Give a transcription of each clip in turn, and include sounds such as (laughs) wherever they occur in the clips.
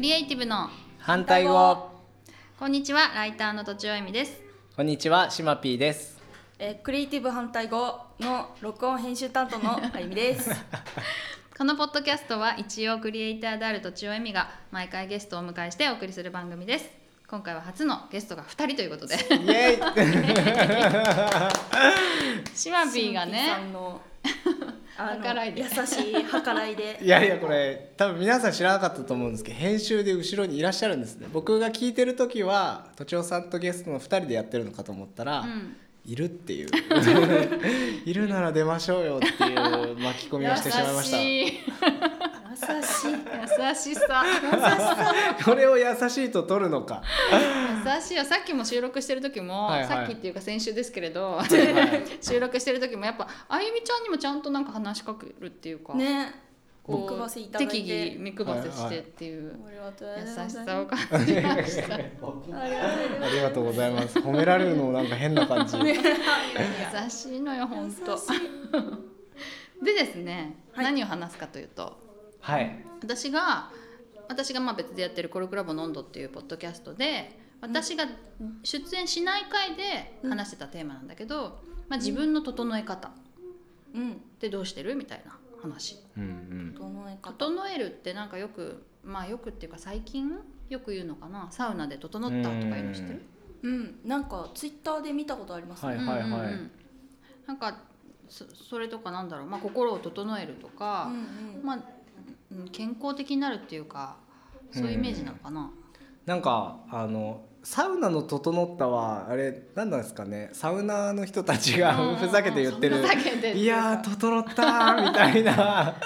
リエイティブの反対語こんにちはライターのとちおえみですこんにちはしまぴーですえークリエイティブ反対語の録音編集担当のあゆみです。 (laughs) このポッドキャストは一応クリエイターであるとちおえみが毎回ゲストをお迎えしてお送りする番組です今回は初のゲストが2人ということ (laughs) でイエーイ (laughs) シマピーがシンピさねんのあ計らいので優しい計ら (laughs) いでいやいやこれ多分皆さん知らなかったと思うんですけど編集で後ろにいらっしゃるんですね僕が聞いてる時はとちおさんとゲストの2人でやってるのかと思ったら、んいるっていう (laughs) いるなら出ましょうよっていう巻き込みをしてしまいました優しい優しい。優しさこれを優しいと取るのか優しいよさっきも収録してる時も、はいはいさっきっていうか先週ですけれどい収録してる時もやっぱあゆみちゃんにもちゃんとなんか話しかけるっていうか、ね。こ目配せいうただい適て宜目配せしてっていう、ありがとうございます優しさを感じました優ありがとうございま (laughs) ありがとうございますす褒められるのもなんか変な感じしいのよ本当でですね、はい何を話すかというとはい私が私がまあ別でやってる「コルクラボの温度」っていうポッドキャストで私が出演しない回で話してたテーマなんだけど、まあ、自分の整え方っ (laughs) うん。てどうしてるみたいな話。うんうん整え方。整えるってなんかよくまあよくっていうか最近よく言うのかなサウナで整ったとかいうの知ってるうん。なんかツイッターで見たことありますはね。いはいはいなんかそそれとかなんだろう、まあ、心を整えるとかうん、うん。まあ、うん健康的になるっていうかそういうイメージなのかな、なんかあのサウナの整ったはあれ何なんですかねサウナーの人たちがふざけて言ってる (laughs) ふざけていやー整ったーみたいななんか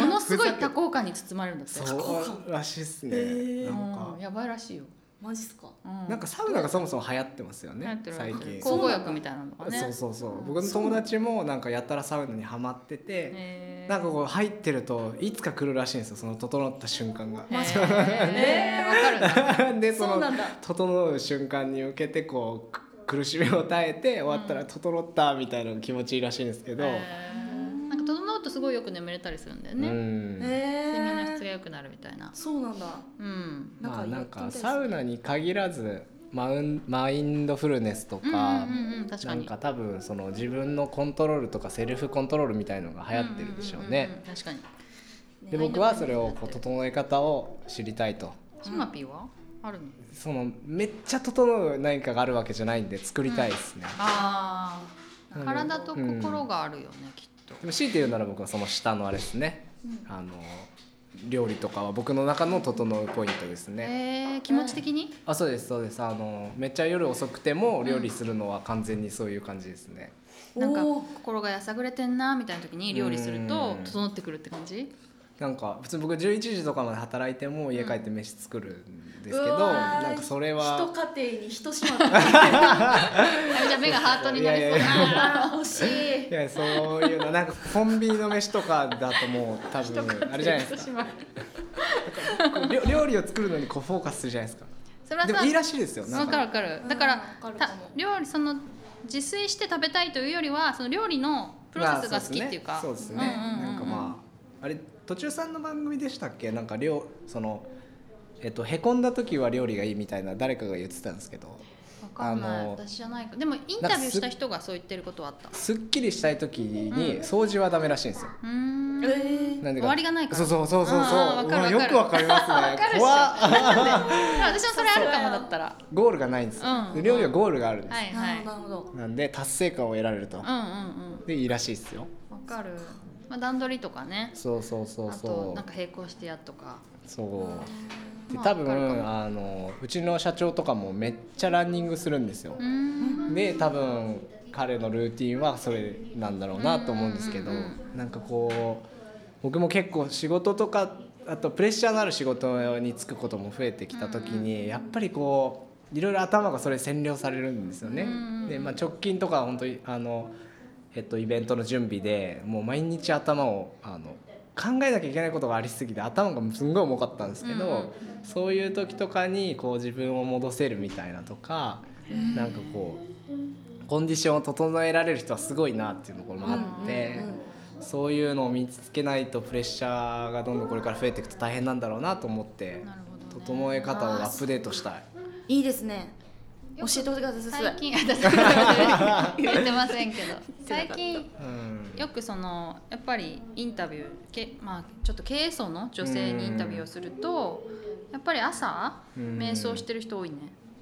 ものすごいふざけ多幸感に包まれるんだってそうらしいっすね、へーなんうかん、やばいらしいよ、マジっすか。うん、なんかサウナがそもそも流行ってますよ流行ねってる最近交互浴みたいなのがねそうそうそう僕の友達もなんかやったらサウナにはまっててへーなんかこう入ってるといつか来るらしいんですよその整った瞬間が。へーわかるな (laughs) でそそうのなんだ整う瞬間に向けてこうく苦しみを耐えて終わったら整ったみたいなのが気持ちいいらしいんですけど、へーなんか整うとすごいよく眠れたりするんだよね、うんえ睡眠の質がえ。良くなるみたいな。そうなんだ。うん。なんまあかなやんってみたいかですねサウナに限らずマウンマインドフルネスとか、うんうんうんうん確かなにんか多分その自分のコントロールとかセルフコントロールみたいのが流行ってるでしょうんんんね。うん。確かに。で僕はそれをこう整え方を知りたいと。シマピーはあるの？そのめっちゃ整う何かがあるわけじゃないんで作りたいですね。あああ。の体と心があるよね、きっと。でも強いて言うなら僕はその下のあれですね、あの料理とかは僕の中の整うポイントですね、ええ気持ち的に？あそうですそうですあのめっちゃ夜遅くても料理するのは完全にそういう感じですね、なんかおー心がやさぐれてんなみたいな時に料理するとうん整ってくるって感じ？なんか普通僕11時とかまで働いても家帰って飯作るんですけど、うわーなんかそれ一は家庭に一島だ。あじゃあ目がハートになりそういやいやな。 (laughs) あー欲しいい。やそういうのなんかコンビニの飯とかだともう多分 (laughs) あれじゃないですかか。料料理を作るのにこうフォーカスするじゃないですかそれはでもさいいらしいですよなわんかるかわかるうんだからわかるたかも料理その自炊して食べたいというよりはその料理のプロセスが好きっていうか、まあそうですねんうんうんなんかまああれ途中さんの番組でしたっけなんか料そのえっとへこんだ時は料理がいいみたいな誰かが言ってたんですけどわかんないあの私じゃないかでもインタビューした人がそう言ってることはあったすっきりしたい時うんに掃除はダメらしいんですよ、うーんええ。なんで終わりがないからそうそうそうそうそうあーわかるわかるうわよくわかりますねかるっしょ怖っ私もそれあるかもだったらゴールがないんですよ、うんで料理はゴールがあるんです、はいはないるほどなるほど。なんで達成感を得られると、うんうんでいいらしいですようんわかる、まあ、段取りとかねそうそうそうあとそなんうか並行してやとかそうでまあ多わかるかも分あのうちの社長とかもめっちゃランニングするんですようーんで多分彼のルーティンはそれなんだろうなと思うんですけどうんうんなんかこう僕も結構仕事とかあとプレッシャーのある仕事に就くことも増えてきた時にやっぱりこういろいろ頭がそれ占領されるんですよねうんうん。でまあ、直近とかは本当にあのえっと、イベントの準備でもう毎日頭をあの考えなきゃいけないことがありすぎて頭がすんごい重かったんですけど、うんそういう時とかにこう自分を戻せるみたいなとか、なんかこうコンディションを整えられる人はすごいなっていうところもあって、そういうのを見つけないとプレッシャーがどんどんこれから増えていくと大変なんだろうなと思ってなるほど整え方をアップデートしたいいいですね教えてほしかったです最 (laughs) 近私言ってませんけど最近うんよくそのやっぱりインタビューけ、まあ、ちょっと経営層の女性にインタビューをするとやっぱり朝うん瞑想してる人多いね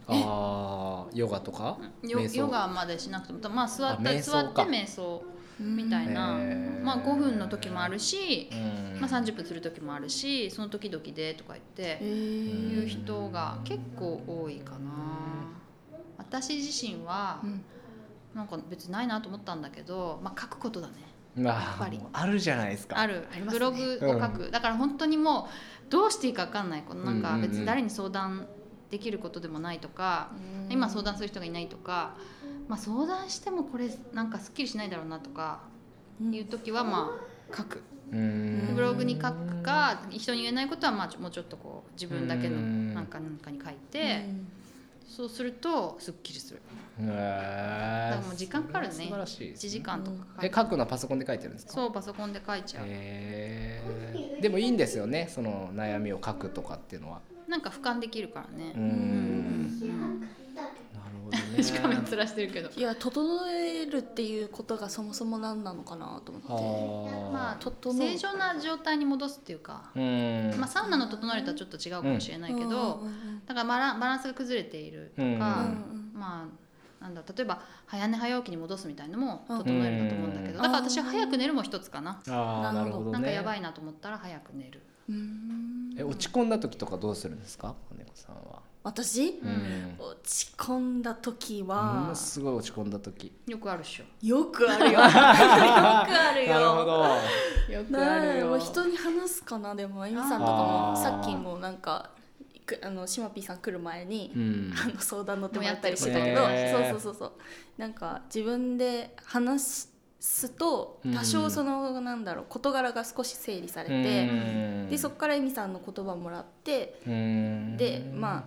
ああヨガとかヨ瞑想ヨガまでしなくてもまあ座あった瞑座想ってか瞑想みたいなへーまあ5分の時もあるしう、んまあ、30分する時もあるしその時々でとか言って。んいう人が結構多いかな私自身はなんか別にないなと思ったんだけど、まあ、書くことだねまぱありあるじゃないですかあるありますブねログを書く、だから本当にもうどうしていいか分かんないこのなんうんかうんうん別に誰に相談できることでもないとか、今相談する人がいないとか、まあ、相談してもこれなんかすっきりしないだろうなとかいう時はまあ書くうんブログに書くか人に言えないことはまあもうちょっとこう自分だけのうんなんかなんかに書いて。そうするとすっきりするへだえからもう時間かかるね素晴らしいです1時間とかかかえる書くのはパソコンで書いてるんですかそうパソコンで書いちゃう、へえでもいいんですよねその悩みを書くとかっていうのはなんか俯瞰できるからねううんんなるほどねしかもつらしてるけどいや整えるっていうことがそもそも何なのかなと思ってまあは整う正常な状態に戻すっていうかあ、うんまあ、サウナの整えるとはちょっと違うかもしれないけど、うんうんだからバランバランスが崩れているとか、うんまあなんだ例えば早寝早起きに戻すみたいのも整えるだと思うんだけど、うだんから私は早く寝るも一つかな、あーななるるほほどなねどんかやばいなと思ったら早く寝る、うんうんえ落ち込んだ時とかどうするんですか金子さんは私うん落ち込んだ時もはのすごい落ち込んだ時よくあるっしょよくあるよ (laughs) よくあるよなるほどよねえもう人に話すかなでもエミさんとかあもーさっきもなんかくあのシマピーさん来る前に、うんあの相談乗ってもらったりしてたけもど、うやってるそうそうそうそうなんか自分で話すと多う少んその、なんだろう事柄が少し整理されて、でそこからエミさんの言葉もらってででまあ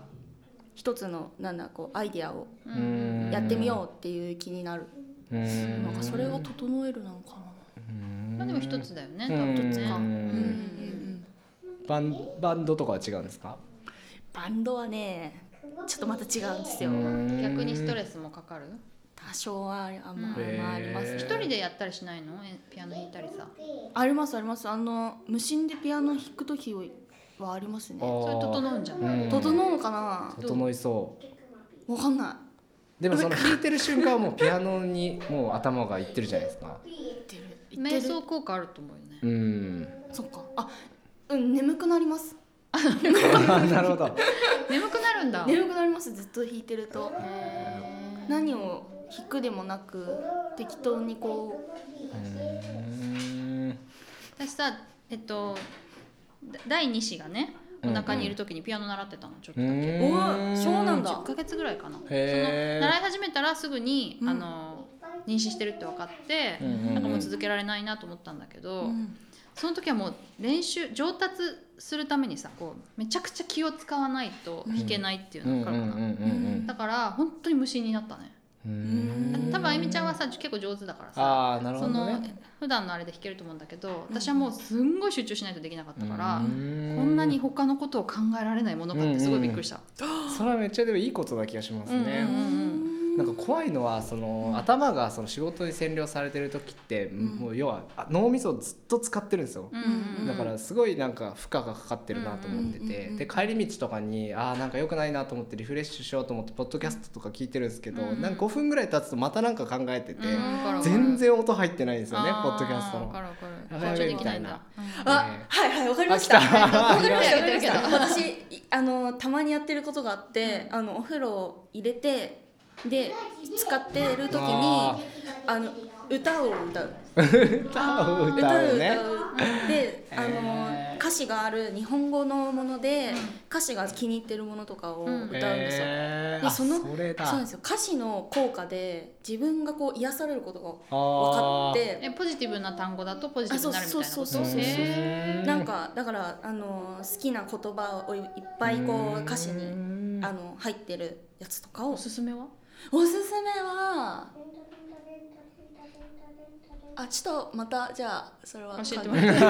一つのなんだこうアイディアをうやってみようっていう気になる、うなんかそれがと整えるなのかな。まあでも一つだよね、う多分んねううんんバンバンドとかは違うんですかバンドはねちょっとまた違うんですよ、逆にストレススもかかる多少はありあ,、まあうんまああります、へ一ー人でやったりしないのえピアノ弾いたりさありますありますあの無心でピアノ弾く時はありますねそれ整うんじゃない、うん整うのかな整いそわかんなうでもその弾いてる瞬間はもうピアノにもう頭がいってるじゃないですかいってる言って瞑る想効果あると思うよねうんそっかあうん眠くなりますなるほど眠くなるんだ、眠くなりますずっと弾いてるとへー何を弾くでもなく適当にこうん私さえっとだ第2子がねお腹にいる時にピアノ習ってたのちょっとだけ、うおーそうなんだ1ヶ月ぐらいかなそのへー習い始めたらすぐに、うんあの妊娠してるって分かって、うんうんうんなんかもう続けられないなと思ったんだけう、ど、うんその時はもう練習上達するためにさこうめちゃくちゃ気を使わないと弾けないっていうのが分かるかな、うんだから本当に無心になったねうん多分あゆみちゃんはさ結構上手だからさああなるほそどのね普段のあれで弾けると思うんだけど私はもうすんごい集中しないとできなかったから、うんこんなに他のことを考えられないものかってすごいびっくりした、それはめっちゃでもいいことな気がしますうんね、んなんか怖いのはその頭がその仕事に占領されてる時って、んもう要はあ脳みそをずっと使ってるんですよ、うんうんだからすごいなんか負荷がかかってるなと思ってて、うんうんで帰り道とかにああんか良くないなと思ってリフレッシュしようと思ってポッドキャストとか聞いてるんですけど、うんなんか5分ぐらい経つとまたなんか考えてうて、んわかるわかる全然音入ってないんですよねあーポッドキャストわのか。るわかるあ集中できないんやだ、あね、はいはいわかりましあた。来たわかりました。わわかかりりままししたた。私いあのたまにやってることがあって、あのお風呂を入れてで使ってる時にああの歌を歌う。歌を歌歌をう歌ね。う。で、あ (laughs) へーの歌詞がある日本語のもので、歌詞が気に入ってるものとかを歌うんですよ。へーであそのそれだそうなんですよ歌詞の効果で自分がこう癒されることがあー分かってえポジティブな単語だとポジティブになるみたいなことあそうそうそうそうへなんかだからあの好きな言葉をいっぱいこう歌詞にに (laughs) あの入ってるやつとかーをおすすめはおすすめはあちょっとまたじゃあそれは教えて考もえらってなんかい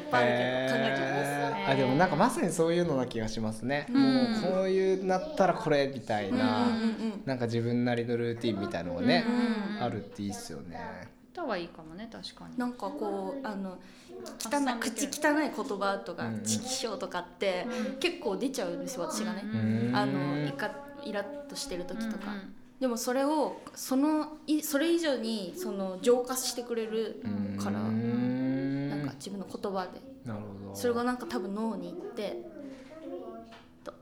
っぱいあるけど考えちゃいます。えーあでもなんかまさにそういうのな気がしますね、うんもうこういうなったらこれみたいな、うんうんうんなんか自分なりのルーティンみたいのがね、うんあるっていいっすよね歌はいいかもね確かになんかこうあの汚発散いでき口る汚い言葉とかうんうん「チキショー」とかってうん結構出ちゃうんですよ私がねううんーんあのいかイラッとしてる時とかうんうんでもそれをそのいそれ以上にその浄化してくれるからうーんなんか自分の言葉でなるほどそれがなんか多分脳に行ってと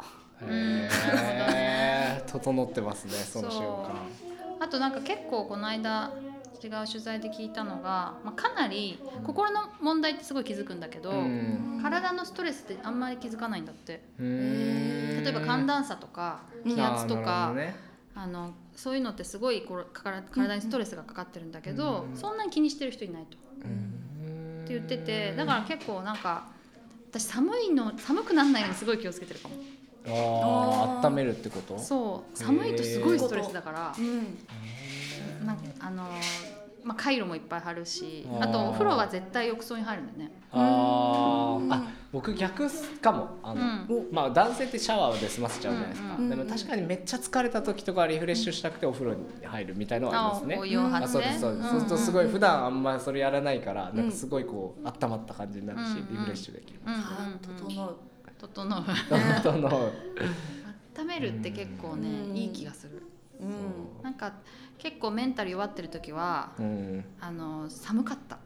へえ整ってますねそそうの瞬あとなんか結構この間違う取材で聞いたのが、まあ、かなり心の問題ってすごい気づくんだけど、間うん体のストレスってあんまり気づかないんだってうーん例えば寒暖差とかうん気圧とか、ああーなるのそういうのってすごいこうかから体にストレスがかかってるんだけど、うんそんなに気にしてる人いないと、ほどねうんって言っててだから結構なんか私寒いの寒くならないようにすごい気をつけてるかもああ温めるってことそう寒いとすごいストレスだからう、んなんかあのーまあ、回路もいっぱい張るしあーあとお風呂は絶対浴槽に入るんだよねあうーんあ僕逆かもあの、うんおまあ男性ってシャワーで済ませちゃうじゃないですか、うんうんでも確かにめっちゃ疲れた時とかリフレッシュしたくてお風呂に入るみたいのはありますねお湯を張ってあそうですそうです、そうするとすごい普段あんまりそれやらないからなんかすごいこう温まった感じになるし、うんリフレッシュできる、うんうんあうん整う整うどんどんどん温めるって結構ね、うんいい気がするうんなんか結構メンタル弱ってる時は、うんあのー寒かった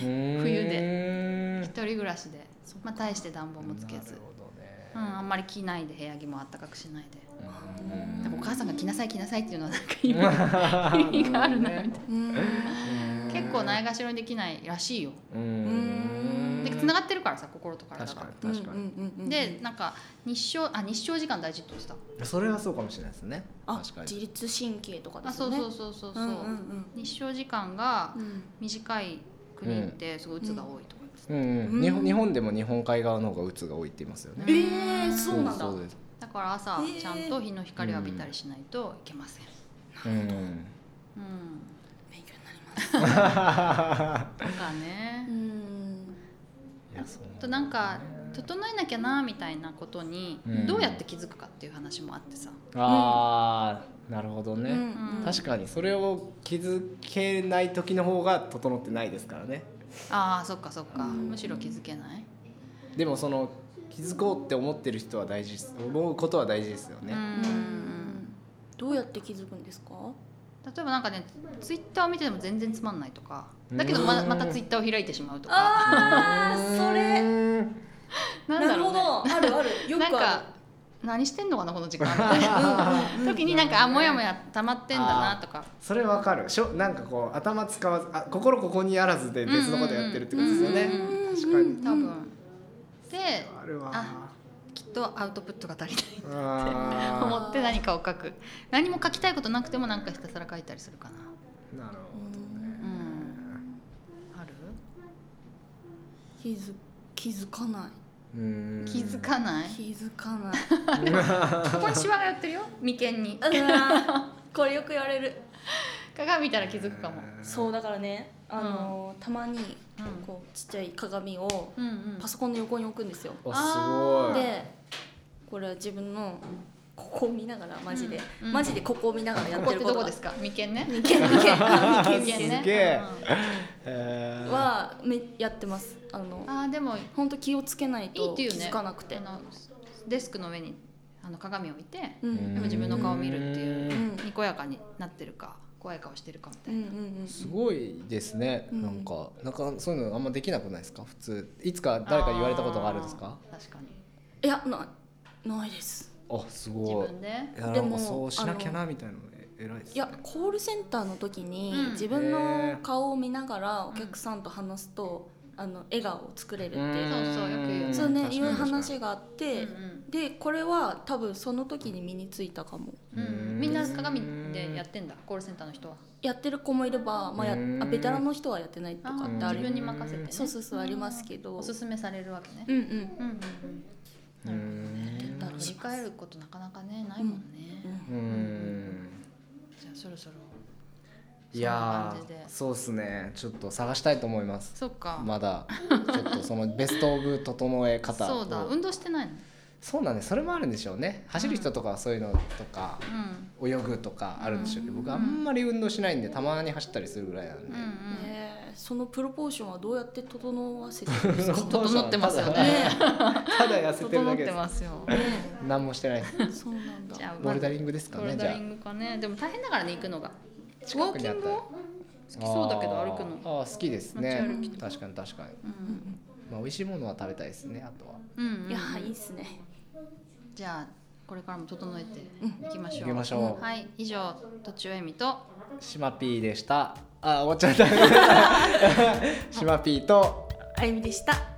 冬一人暮らしで、まあ、大して暖房もつけなずる、ほどねうん、あんまり着ないで部屋着もあったかくしないでうんなんかお母さんが着なさい着なさいっていうのはなんか意 (laughs) 味意味があるなみたいなうん結構ないがしろにできないらしいようんでつながってるからさ心と体確がか。に確かに、にでなんか日照あ日照時間大事って言ってた、それはそうかもしれないですねあ確か自に律神経とかであすそようねそうそうそうそう、うんうん日照時間がうんうん短い国ってすごい鬱が多いとか言ってた、うんううんん、日本日本でも日本海側の方が鬱が多いって言いますよね。えーそうなんだそうです。だから朝へーちゃんと日の光を浴びたりしないといけません、うん。うん、勉強になりますとかね、うんいやそうあとなんか整えなきゃなみたいなことにうんどうやって気づくかっていう話もあってさ、ああ、なるほどね。うん確かにそれを気づけない時の方が整ってないですからね。ああそっかそっか、むしろ気づけない、でもその気づこうって思ってる人は大事です。思うことは大事ですよねう。うんんどうやって気づくんですか例えばなんかねツイッターを見てても全然つまんないとかだけどまうんまたツイッターを開いてしまうとかあれ。なんだろう、ね、あるあるよなんか何してんのかなこの時間みたいな時になんかあモヤモヤ溜まってんだなとかそれわかる。しょなんかこう頭使わず、あ心ここにあらずで別のことやってるってことですよねうんうんうんうん。確かに。多分、であるわ。あきっとアウトプットが足りないあと思って何かを書く何も書きたいことなくてもなんかひたすら書いたりするかなーなうるんある気づ気づかなほどね。気づかないい気づかないここにシワが寄ってるよ眉間にうわーこれよく言われる鏡見たら気づくかもそうだからねあのーたまにうんこうちっちゃい鏡をうんうんパソコンの横に置くんですよあすごい。でこれは自分のここを見ながらマジでうんマジでここを見ながらやっここてってるこどとこがですか眉間ね眉間眉間眉間眉間ねすげえうんえーはめやってますあのあーでも本当気をつけないいいっとて気いうねづかなくてあのデスクの上にあの鏡を置いてうんうんでも自分の顔を見るっていううんにこやかになってるか怖い顔してるかみたういんうな、んすごいですね、うんなんかなんかそういうのあんまできなくないですか普通いつか誰かに言われたことがあるんですかあー確かにいやないないですあすごい自分でいやなでんもかそうしなきゃなみたいなのえ偉いですいねやコールセンターの時にうん自分へのー顔を見ながらお客さんと話すとあの笑顔を作れるってんいうそうそうよく言うそうねいうが話があってうんでこれは多分その時に身についたかもうんうんみんな鏡でやってんだコールセンターの人はやってる子もいれば、まあ、やうんあベテランの人はやってないとかってあ自る分に任せて、ね、そうそうそうありますけどおすすめされるわけねう、んううんんうんううんんなるほどね振り返ることなかなかねないもんね、うんうんじゃあそろそろいやそんな感じでーそうっすねちょっと探したいと思いますそっか、まだちょっとそのベスト・オブ整え方そうだを運動してないのそうなんですそれもあるんでしょうね走る人とかはそういうのとか、うん泳ぐとかあるんでしょうけど、うん僕あんまり運動しないんでたまに走ったりするぐらいなんで、 (laughs) うんうんねえそのプロポーションはどうやって整わせてるん (laughs) ですかね整ってますよねただ痩せてる整だっけでてすますよ何もしてないですえそうなんだじゃあボルダリングですかボルねじダゃリングかねでも大変だからね行くのがウ近ォーくにキあったングらも好きそうだけどあー歩くのあー好きですね街歩き確かに確かに、うんまあ、美味しいものは食べたいですねあとはうんうんいやいいっすねじゃあこれからも整えていきましょう、行きましょうはい以上とちおえみとシマピーでしたあ終わっちゃった (laughs) シマピーとあゆみでした